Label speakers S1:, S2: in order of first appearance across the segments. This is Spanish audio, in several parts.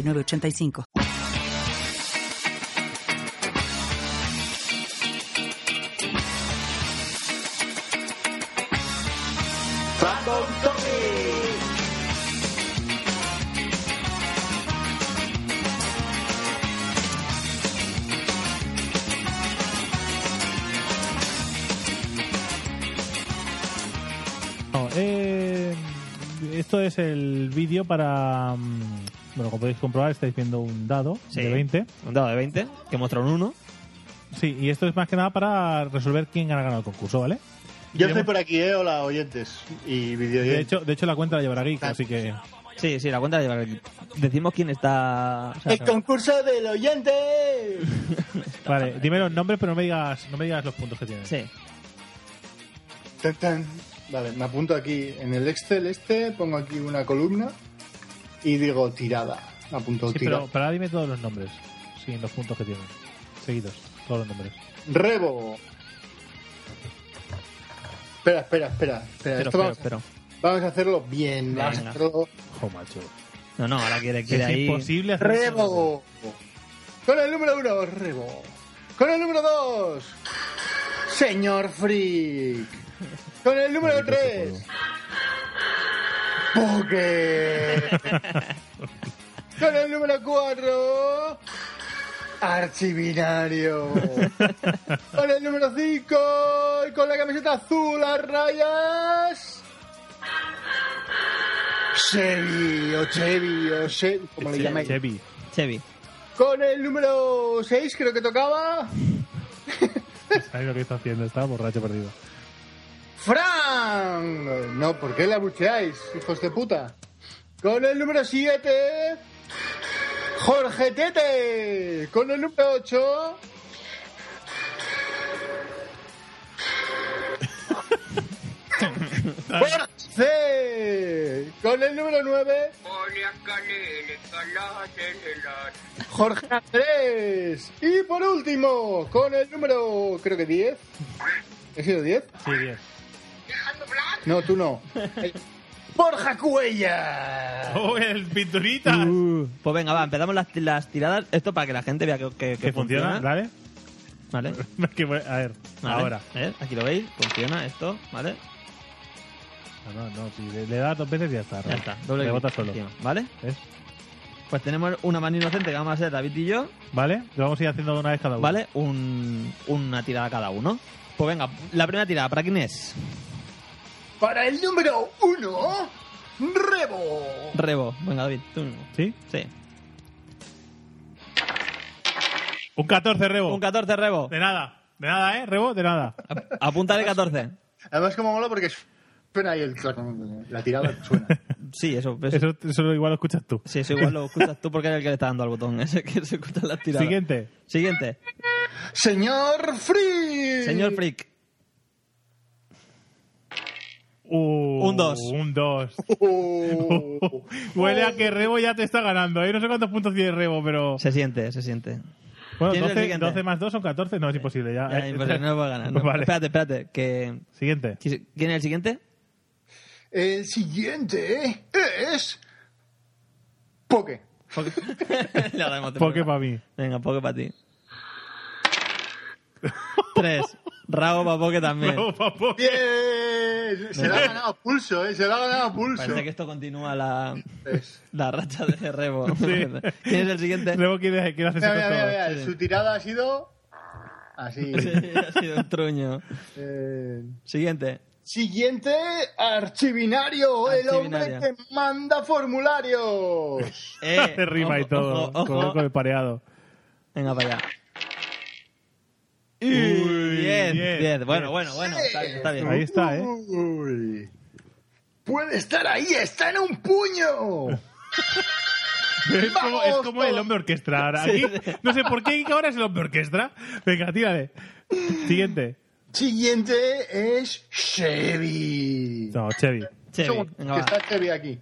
S1: 985.
S2: No, eh, esto es el vídeo para... mm, Bueno, como podéis comprobar, estáis viendo un dado
S3: Sí.
S2: de 20.
S3: Un dado de 20, que muestra un 1.
S2: Sí, y esto es más que nada para resolver quién ha ganado el concurso, ¿vale?
S4: Yo estoy
S2: Tenemos-
S4: por aquí, eh, hola oyentes y video
S2: De hecho, de hecho la cuenta la llevará Geek, así que...
S3: Sí, sí, la cuenta de llevar. Decimos quién está. o sea,
S4: el concurso del oyente.
S2: Vale, dime los nombres, pero no me digas, no me digas los puntos que tienes.
S3: sí.
S4: Tan, tan. Vale, me apunto aquí en el Excel este, pongo aquí una columna y digo tirada. Me apunto
S2: Sí,
S4: tirada.
S2: pero, pero ahora dime todos los nombres. Sí, los puntos que tienen. Seguidos, todos los nombres.
S4: Rebo. Espera, espera, espera. espera.
S3: Pero,
S4: Esto
S3: pero,
S4: vamos,
S3: pero.
S4: vamos a hacerlo bien. Vamos a
S3: Venga.
S4: hacerlo.
S2: Jo, macho.
S3: No, no, ahora quiere,
S2: Es
S3: quiere ahí.
S2: imposible hacer eso.
S4: Rebo. Con el número uno, Rebo. Con el número dos, Señor Freak. Con el número
S2: Maldito
S4: tres, Poke. Con el número cuatro, Archivinario. Con el número cinco, y con la camiseta azul a rayas. Chevy, o Chevy, o Chevy, como le llamáis.
S2: Chevy.
S3: Chevy.
S4: Con el número 6 creo que tocaba.
S2: ¿Sabes lo que está haciendo? Está borracho perdido.
S4: Fran. No, ¿por qué la bucheáis, hijos de puta? Con el número 7. Jorge Tete. Con el número 8. Jorge. Con el número 9. Jorge Andrés. Y por último, con el número, creo que 10. ¿He sido 10?
S2: Sí, bien.
S4: No, tú no. El- Borja Cuella.
S2: ¡Oh, el pinturita!
S3: Uh, pues venga, va, empezamos las, las tiradas. Esto para que la gente vea que, que- que
S2: que funciona, ¿vale?
S3: Vale.
S2: Que bueno, a ver,
S3: Vale.
S2: ahora.
S3: ¿Eh? Aquí lo veis, funciona esto, ¿vale?
S2: No, no, no, si le, le das dos veces y ya está.
S3: Ya está, doble
S2: Le
S3: clic
S2: botas solo.
S3: encima, ¿Vale?
S2: ¿Ves?
S3: Pues tenemos una mano inocente que vamos a ser David y yo,
S2: ¿Vale? Lo vamos a ir haciendo una vez cada uno.
S3: ¿vale? Un- una tirada cada uno. Pues venga, la primera tirada, ¿para quién es?
S4: Para el número uno, Rebo.
S3: Rebo. Venga, David, tú mismo.
S2: ¿Sí?
S3: Sí.
S2: Un 14 rebo.
S3: Un 14, Rebo.
S2: De nada. De nada, ¿eh? Rebo, de nada.
S3: Ap- Apúntale 14.
S4: Además, como mola porque suena ahí el clac- La tirada suena.
S3: Sí, eso. eso-
S2: Eso, eso igual lo escuchas tú.
S3: Pues- Sí, eso igual lo escuchas tú porque eres el que le está dando al botón. Ese que se escuchan las tiradas.
S2: Siguiente.
S3: Siguiente.
S4: Señor Free.
S3: Señor Frick.
S2: Uh,
S3: Un dos. Uh.
S2: Un 2.
S4: Oh.
S2: Huele a que Rebo ya te está ganando. ¿eh? No sé cuántos puntos tiene Rebo, pero.
S3: Se siente, se siente.
S2: Bueno,
S3: ¿Quién es el
S2: 12,
S3: siguiente?
S2: 12 más 2 son 14. No, es imposible. Ya,
S3: Ya,
S2: Eh,
S3: imposible, no va a ganar. no.
S2: Vale.
S3: Espérate, espérate. Que...
S2: Siguiente.
S3: ¿Quién es el siguiente?
S4: El siguiente es. Poke.
S3: Poke- Le daremos de
S2: Porque
S3: primera.
S2: para mí.
S3: Venga, Poke para ti. Tres. Rabo para Poke también.
S2: Rebo, pa' Poke.
S4: Bien. Se lo ha ganado a pulso, ¿eh? Se lo ha ganado a pulso.
S3: Parece que esto continúa la,
S4: Es-
S3: la racha de Rebo.
S2: Sí.
S3: ¿Quién es el siguiente?
S2: Rebo quiere, quiere hacerse
S4: Mira,
S2: con
S4: mira, mira,
S2: todo.
S4: mira, Su tirada ha sido. Así.
S3: Sí, ha sido un truño.
S4: Eh,
S3: Siguiente.
S4: Siguiente, archivinario, el
S3: Archivinario.
S4: hombre que manda formularios.
S3: Eh,
S2: Hace rima y
S3: ojo,
S2: todo.
S3: ojo, ojo.
S2: Con, con el pareado.
S3: Venga para allá.
S2: Uy,
S3: bien,
S2: bien,
S3: bien,
S2: bien.
S3: Bueno, bueno, bueno. Está bien, está bien.
S2: Ahí está, ¿eh?
S4: Uy. Puede estar ahí, está en un puño.
S2: Es como, es
S4: Vamos,
S2: como el
S4: todos.
S2: hombre orquestra ahora. Aquí, no sé por qué ahora es el hombre orquestra. Venga, tírale. Siguiente.
S4: Siguiente es Chevy.
S2: No, Chevy.
S4: Un
S3: Chevy.
S4: segundo,
S3: Venga,
S4: que
S3: va.
S4: está Chevy aquí.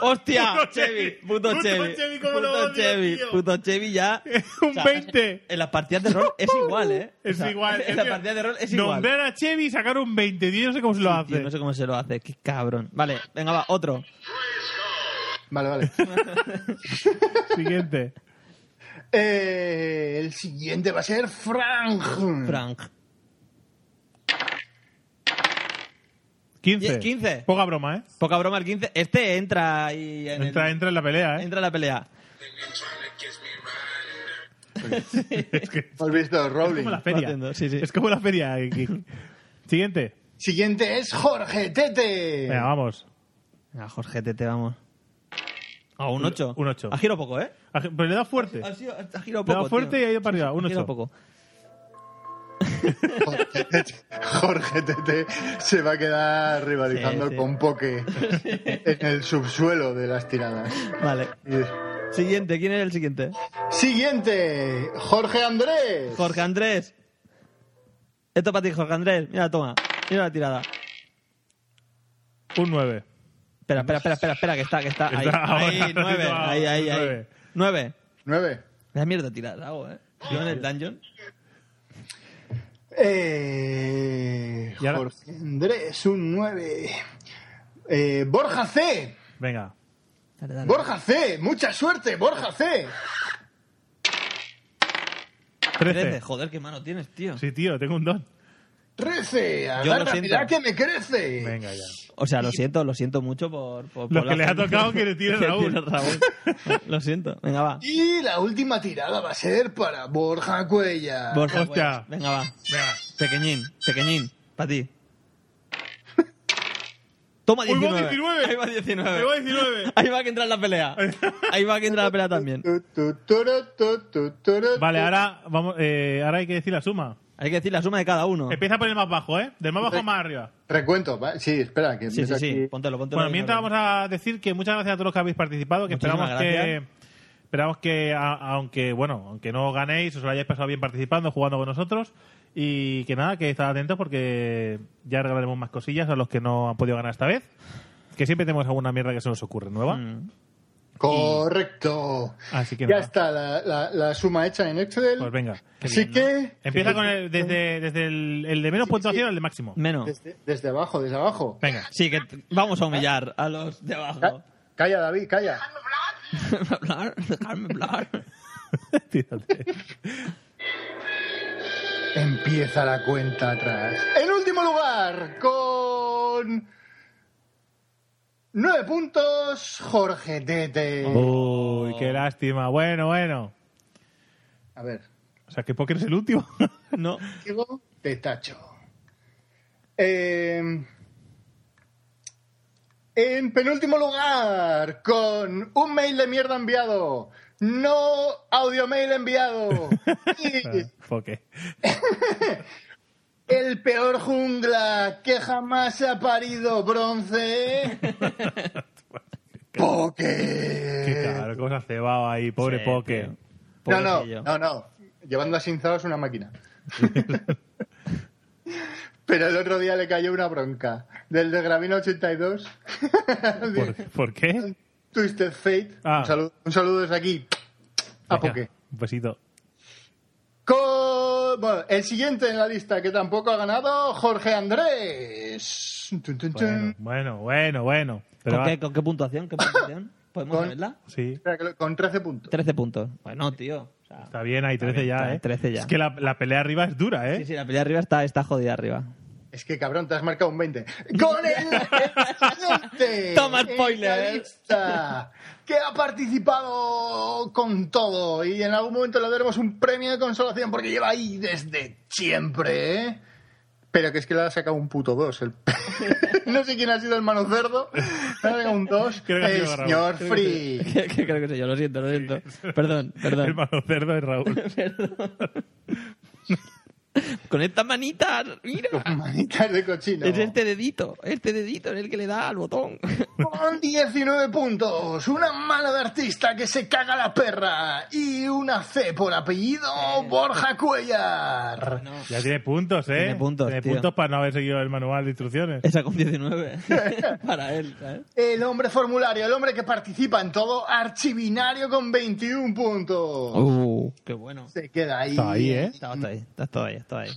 S3: ¡Hostia!
S2: Puto
S3: Chevy,
S2: Chevy,
S3: puto
S2: puto
S3: Chevy.
S2: Chevy, cómo lo
S3: puto
S2: odio,
S3: Chevy,
S2: tío.
S3: puto Chevy ya.
S2: Un
S3: o sea,
S2: 20.
S3: En las partidas de rol es igual, ¿eh? O
S2: Es
S3: sea,
S2: igual.
S3: En las partidas de rol es igual.
S2: Nombrar a Chevy y sacar un 20. Yo no sé cómo se lo hace.
S3: Tío, no sé cómo se lo hace, qué cabrón. Vale, venga, va, otro.
S4: Vale, vale.
S2: Siguiente.
S4: Eh, el siguiente va a ser
S2: Mm.
S4: Frank.
S3: Frank.
S2: 15.
S3: 15.
S2: Poca broma, ¿eh?
S3: Poca broma el 15. Este entra ahí en el-
S2: Entra, entra en la pelea, ¿eh?
S3: entra en la pelea.
S2: Es que-
S4: ¿Has visto, Rowling?
S2: como la feria.
S3: Entiendo, sí, sí.
S2: Es como la feria. aquí. Siguiente.
S4: Siguiente es Jorge Tete.
S2: Venga, vamos.
S3: Venga, Jorge, te, te vamos. A Ah, un 8.
S2: un ocho.
S3: Ha girado poco, ¿eh?
S2: Ah, Pero le da fuerte.
S3: Ha, sido- ha girado
S2: Le
S3: poco.
S2: da fuerte
S3: tío.
S2: y ha ido para arriba. Un
S3: Ha girado
S2: 8.
S3: poco.
S4: Jorge Tete, Jorge Tete se va a quedar rivalizando
S3: Sí, sí.
S4: con Poke en el subsuelo de las tiradas.
S3: Vale. Siguiente, ¿quién es el siguiente?
S4: Siguiente, Jorge Andrés.
S3: Jorge Andrés. Esto para ti, Jorge Andrés. Mira, toma. Mira la tirada.
S2: Un 9.
S3: Espera, espera, espera, espera, espera, que está, que está. Ahí,
S2: Está ahora,
S3: ahí, nueve.
S2: ahora,
S3: Ahí, ahí, ahí.
S2: nueve.
S3: Nueve.
S4: Nueve.
S3: La mierda tirada hago, ¿eh? Yo en el dungeon.
S4: Eh,
S2: ¿Y ahora?
S4: Jorge Andrés, un 9. Eh, Borja C.
S2: Venga.
S3: Dale, dale.
S4: Borja C. Mucha suerte, Borja C.
S2: 13.
S3: Trece. Joder, qué mano tienes, tío.
S2: Sí, tío, tengo un don.
S4: 13.
S3: Yo lo
S4: Agarra,
S3: siento.
S4: mirad que me crece.
S2: Venga ya.
S3: O sea, lo siento, lo siento mucho por... por,
S2: Lo
S3: por
S2: que
S3: la
S2: le ha
S3: gente
S2: tocado que le tire Raúl.
S3: Raúl. lo siento. Venga, va.
S4: Y la última tirada va a ser para Borja Cuella.
S3: Borja,
S2: Hostia.
S3: pues. Venga, va.
S2: Venga.
S3: Pequeñín, pequeñín. Para ti. Toma
S2: Uy,
S3: 19.
S2: voy 19. Ahí
S3: Ahí va 19.
S2: va 19.
S3: Ahí va que entra en la pelea. Ahí va que entra en la pelea también.
S4: Tu, tu, turu, tu, tu, turu,
S2: Vale,
S4: tu.
S2: ahora, vamos, eh, ahora hay que decir la suma.
S3: Hay que decir la suma de cada uno.
S2: Empieza por el más bajo, ¿eh? Del más bajo al más arriba.
S4: Recuento, ¿va? Sí, espera, que
S3: Sí, sí,
S4: empieza
S3: sí.
S4: aquí.
S3: Póntelo, póntelo.
S2: Bueno, mientras vamos a decir que muchas gracias a todos los que habéis participado, que
S3: Muchísimas
S2: esperamos que esperamos que a- aunque bueno, aunque no ganéis, os lo hayáis pasado bien participando, jugando con nosotros y que nada, que estad atentos porque ya regalaremos más cosillas a los que no han podido ganar esta vez, que siempre tenemos alguna mierda que se nos ocurre nueva.
S3: Mm.
S4: Correcto.
S2: Así que
S4: ya
S2: nada.
S4: está la, la- la suma hecha en Excel.
S2: Pues venga.
S4: Así que
S2: Empieza con el, desde, desde el, el de menos puntuación al de máximo.
S3: Menos.
S4: desde, desde abajo, desde abajo.
S2: Venga.
S3: Sí, que t- vamos a humillar a los de abajo.
S4: Ca- Calla, David, calla.
S3: hablar, dejarme hablar.
S2: Tírate.
S4: Empieza la cuenta atrás. En último lugar, con nueve puntos, Jorge Tete.
S2: Uy, qué lástima. Bueno, bueno.
S4: A ver,
S2: O sea, que Poker es el último.
S3: No.
S4: digo, te tacho. Eh, en penúltimo lugar, con un mail de mierda enviado, no audio mail enviado, y
S2: Poker.
S4: El peor jungla que jamás ha parido bronce.
S2: Qué
S4: Poke.
S2: caro, cómo se ha cebado ahí, pobre
S3: Sí,
S2: Poke.
S3: tío.
S4: No, no,
S3: Pobrecillo.
S4: no, no. Llevando a Sinzados una máquina. Pero el otro día le cayó una bronca. Del de Gravina 82.
S2: ¿Por, por qué?
S4: Twisted Fate.
S2: Ah.
S4: Un, saludo, un saludo desde aquí. A Poke.
S2: Un besito.
S4: Con- bueno, el siguiente en la lista que tampoco ha ganado, Jorge Andrés. Tun, tun, tun.
S2: Bueno, bueno, bueno, bueno. Pero
S3: ¿Con
S2: va-
S3: qué, con qué puntuación? ¿Qué puntuación? ¿Podemos
S4: Con-
S3: saberla?
S2: Sí,
S4: Espera, que lo- Con 13 puntos.
S3: 13 puntos. Bueno, tío. o sea,
S2: está bien, hay 13
S3: bien,
S2: ya,
S3: está,
S2: ¿eh?
S3: 13 ya.
S2: Es que la, la pelea arriba es dura,
S3: Sí,
S2: ¿eh?
S3: sí, la pelea arriba está, está jodida arriba.
S4: Es que cabrón, te has marcado un 20. ¡Con el siguiente!
S3: Toma
S4: en
S3: spoiler.
S2: eh.
S4: la lista, que ha participado con todo y en algún momento le daremos un premio de consolación porque lleva ahí desde siempre, ¿eh? Pero que es que le ha sacado un puto 2. no sé quién ha sido el mano cerdo. Le ha sacado un 2.
S2: Creo que ha
S4: El
S2: sido Raúl.
S4: señor
S2: Creo que
S4: Free.
S3: Que- que creo que sé yo, lo siento, lo siento. Perdón,
S2: El
S3: perdón.
S2: malo cerdo es Raúl.
S3: Con estas manitas, mira.
S4: Manitas de cochino.
S3: Es este dedito, este dedito es el que le da al botón.
S4: Con 19 puntos, una mala de artista que se caga la perra y una C por apellido Borja Cuellar.
S2: Ya tiene puntos, ¿eh?
S3: Tiene puntos,
S2: Tiene
S3: tío.
S2: puntos para no haber seguido el manual de instrucciones.
S3: Esa con 19. Para él, ¿sabes?
S4: El hombre formulario, el hombre que participa en todo, archivinario con 21 puntos.
S3: Uh, qué bueno.
S4: Se queda ahí.
S2: Oh. Está ahí, ¿eh?
S3: Está, está ahí, está todo ahí, está ahí.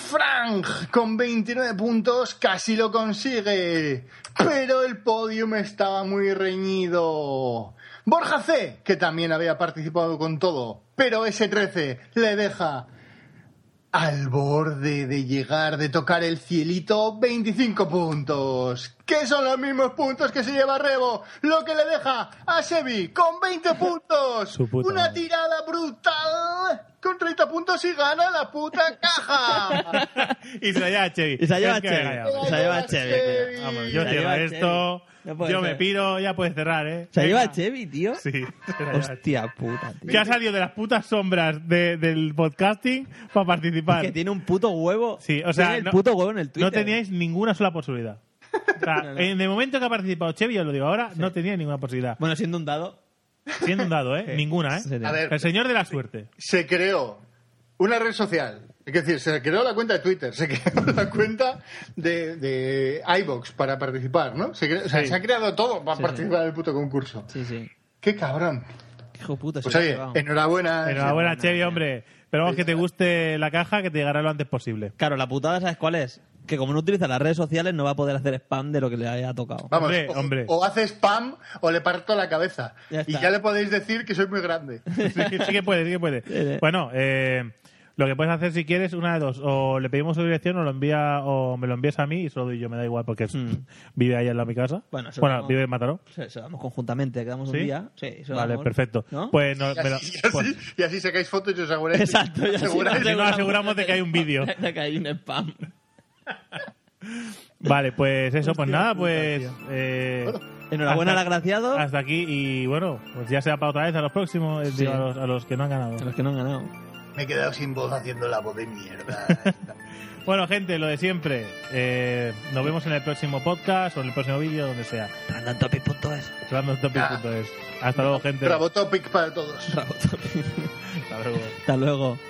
S4: Frank con 29 puntos casi lo consigue, pero el podium estaba muy reñido. Borja C, que también había participado con todo, pero ese 13 le deja al borde de llegar, de tocar el cielito, 25 puntos, que son los mismos puntos que se lleva Rebo, lo que le deja a Sebi con 20 puntos.
S2: Su puta
S4: Una
S2: madre.
S4: tirada brutal con 30 puntos y gana la puta caja.
S2: y se la lleva Chevy.
S3: Y se la lleva
S2: Es que
S3: Chevy.
S2: me he callado.
S3: Se la lleva Chevy,
S4: Chevy.
S3: tío.
S2: Vamos, yo
S3: Se la
S2: cierro
S3: lleva
S2: esto,
S3: Chevy. No puede
S2: yo
S3: ser.
S2: me piro, ya puedes cerrar, ¿eh?
S3: Se la lleva
S2: Venga.
S3: Chevy, tío.
S2: Sí, se la lleva Chevy.
S3: Hostia puta, tío.
S2: que ha salido de las putas sombras de- del podcasting para participar.
S3: Que tiene un puto huevo.
S2: Sí, o sea,
S3: Tiene el
S2: no-
S3: puto huevo en el Twitter.
S2: No teníais ninguna sola posibilidad. O sea,
S3: No, no.
S2: En el momento que ha participado Chevy, yo lo digo ahora, no tenía ninguna posibilidad.
S3: Bueno, siendo un dado.
S2: Siendo un dado, ¿eh? Ninguna, ¿eh?
S3: Se te-
S4: A ver.
S2: El señor de la suerte.
S4: se creó una red social. Es decir, se creó la cuenta de Twitter, se creó la cuenta de, de iVoox para participar, ¿no? Se, cre- o sea,
S2: Sí.
S4: se ha creado todo para
S3: Sí,
S4: participar en el puto concurso.
S3: Sí, sí.
S4: ¡Qué cabrón!
S3: Hijo puta,
S4: Pues
S3: se
S4: oye,
S3: lo ha llevado. Ah,
S4: enhorabuena. eh.
S2: Enhorabuena, Chevy, hombre. Esperamos que te guste la caja, que te llegará lo antes posible.
S3: Claro, la putada, ¿sabes cuál es? Que como no utiliza las redes sociales, no va a poder hacer spam de lo que le haya tocado.
S4: Vamos,
S2: Hombre,
S4: o,
S2: hombre.
S4: o hace spam o le parto la cabeza.
S3: Ya
S4: y
S3: está.
S4: ya le podéis decir que soy muy grande.
S2: sí, sí que puede, sí que
S3: Sí, sí.
S2: puede. Bueno, eh, lo que puedes hacer si quieres, una de dos, o le pedimos su dirección o lo envía o me lo envías a mí y solo yo me da igual porque es-
S3: Mm.
S2: vive ahí en la mi casa.
S3: Bueno, eso no.
S2: vive en Mataró.
S3: Se, se lo damos conjuntamente, quedamos
S2: ¿Sí?
S3: un día. Sí, se lo
S2: Vale,
S3: damos.
S2: perfecto.
S3: ¿No?
S2: Pues, no,
S4: Y
S2: me lo-
S4: así, y así-
S2: pues-
S4: y así sacáis fotos y os aseguráis.
S3: Exacto, ya sí,
S4: aseguráis-
S2: así- nos aseguramos de que hay un vídeo.
S3: De que hay un spam.
S2: vale, pues eso, pues nada, pues eh,
S3: Enhorabuena al
S2: hasta-
S3: agraciado.
S2: hasta aquí y bueno, pues ya sea para otra vez a los próximos, eh,
S3: Sí.
S2: digo, a, los, a los que no han ganado.
S3: A los que no han ganado.
S4: Me he quedado sin voz haciendo la voz de mierda.
S2: Bueno, gente, lo de siempre. Eh, nos vemos en el próximo podcast o en el próximo vídeo, donde sea.
S3: Randomtopic.es.
S2: Randomtopic.es. Hasta luego, gente.
S4: Trabotopic para todos.
S3: Randomtopic.
S2: Hasta luego.
S3: Hasta luego.